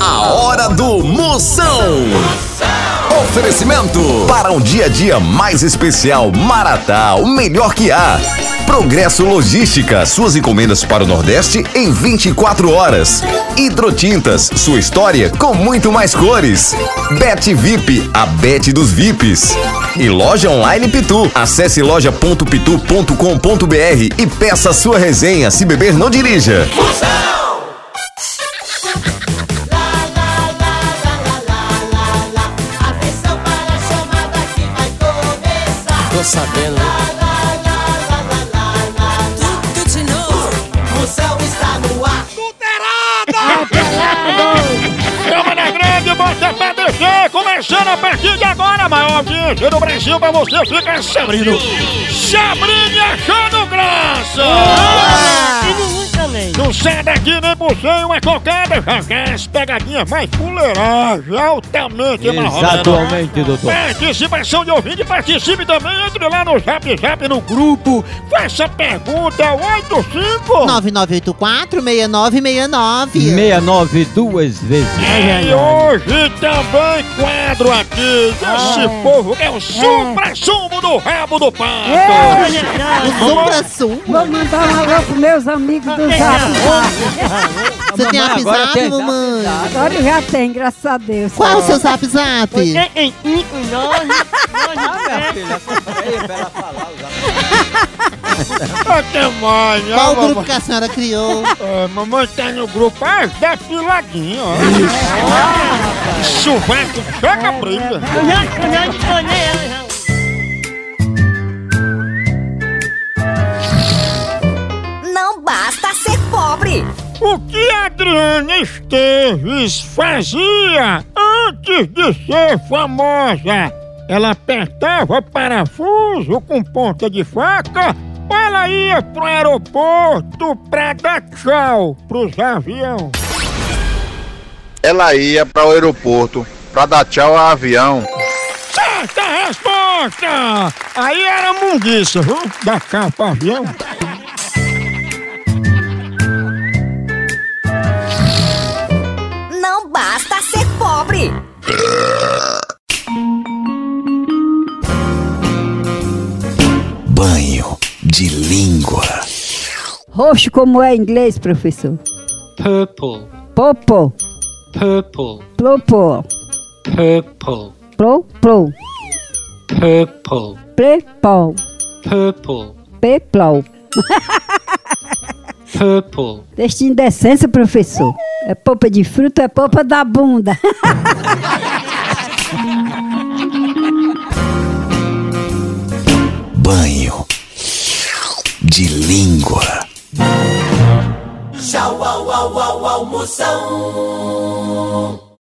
A hora do Moção. Oferecimento para um dia a dia mais especial. Maratá, o melhor que há. Progresso Logística, suas encomendas para o Nordeste em 24 horas. Hidrotintas, sua história com muito mais cores. Bet VIP, a Bet dos VIPs. E loja online Pitu. Acesse loja.pitu.com.br e peça sua resenha. Se beber, não dirija. Atenção para a chamada que vai começar. Tô sabendo, né? Tudo de novo. Moção está no ar. Toma na grande, bota pra descer! Começando a partir de agora, a maior audiência do Brasil pra você fica Sabrina! Sabrina achando Ah! graça! Não sai daqui nem por é cem, uma cocada, jacás, pegadinha mais fuleiragem, altamente amarrada. Exatamente, doutor. Participação de ouvinte, participe também, entre lá no Zap Zap, no grupo, faça pergunta, 85... 9984-6969. 69 duas vezes. E hoje também quadro aqui desse povo é o supra-sumo do rabo do É. pato. O Supra Sul. Vou mandar um alô pros meus amigos do Zap. Você tem Mamãe, agora avisado, tem mamãe? Agora eu já tenho, graças a Deus. Qual é o seu zap zap? é. é Até mais, ó, Qual o grupo mamãe. que a senhora criou? É, mamãe tá no grupo as depiladinhas, ó. Chuveco, chega a briga. Não basta ser pobre. O que Adriana Esteves fazia antes de ser famosa? Ela apertava parafuso com ponta de faca ou ela ia pro aeroporto pra dar tchau pros aviões? ela ia para o aeroporto para dar tchau ao avião. Certa resposta! Aí era mundiça, viu? Da capa avião. Não basta ser pobre. Banho de língua. Roxo como é em inglês, professor? Purple, Popo, purple, plopo, purple, plo, plo, purple, plepol, purple, peplol. purple. Deste indecência, professor. É polpa de fruta, é polpa da bunda. Banho de língua. Tchau, au, au, au, almoção.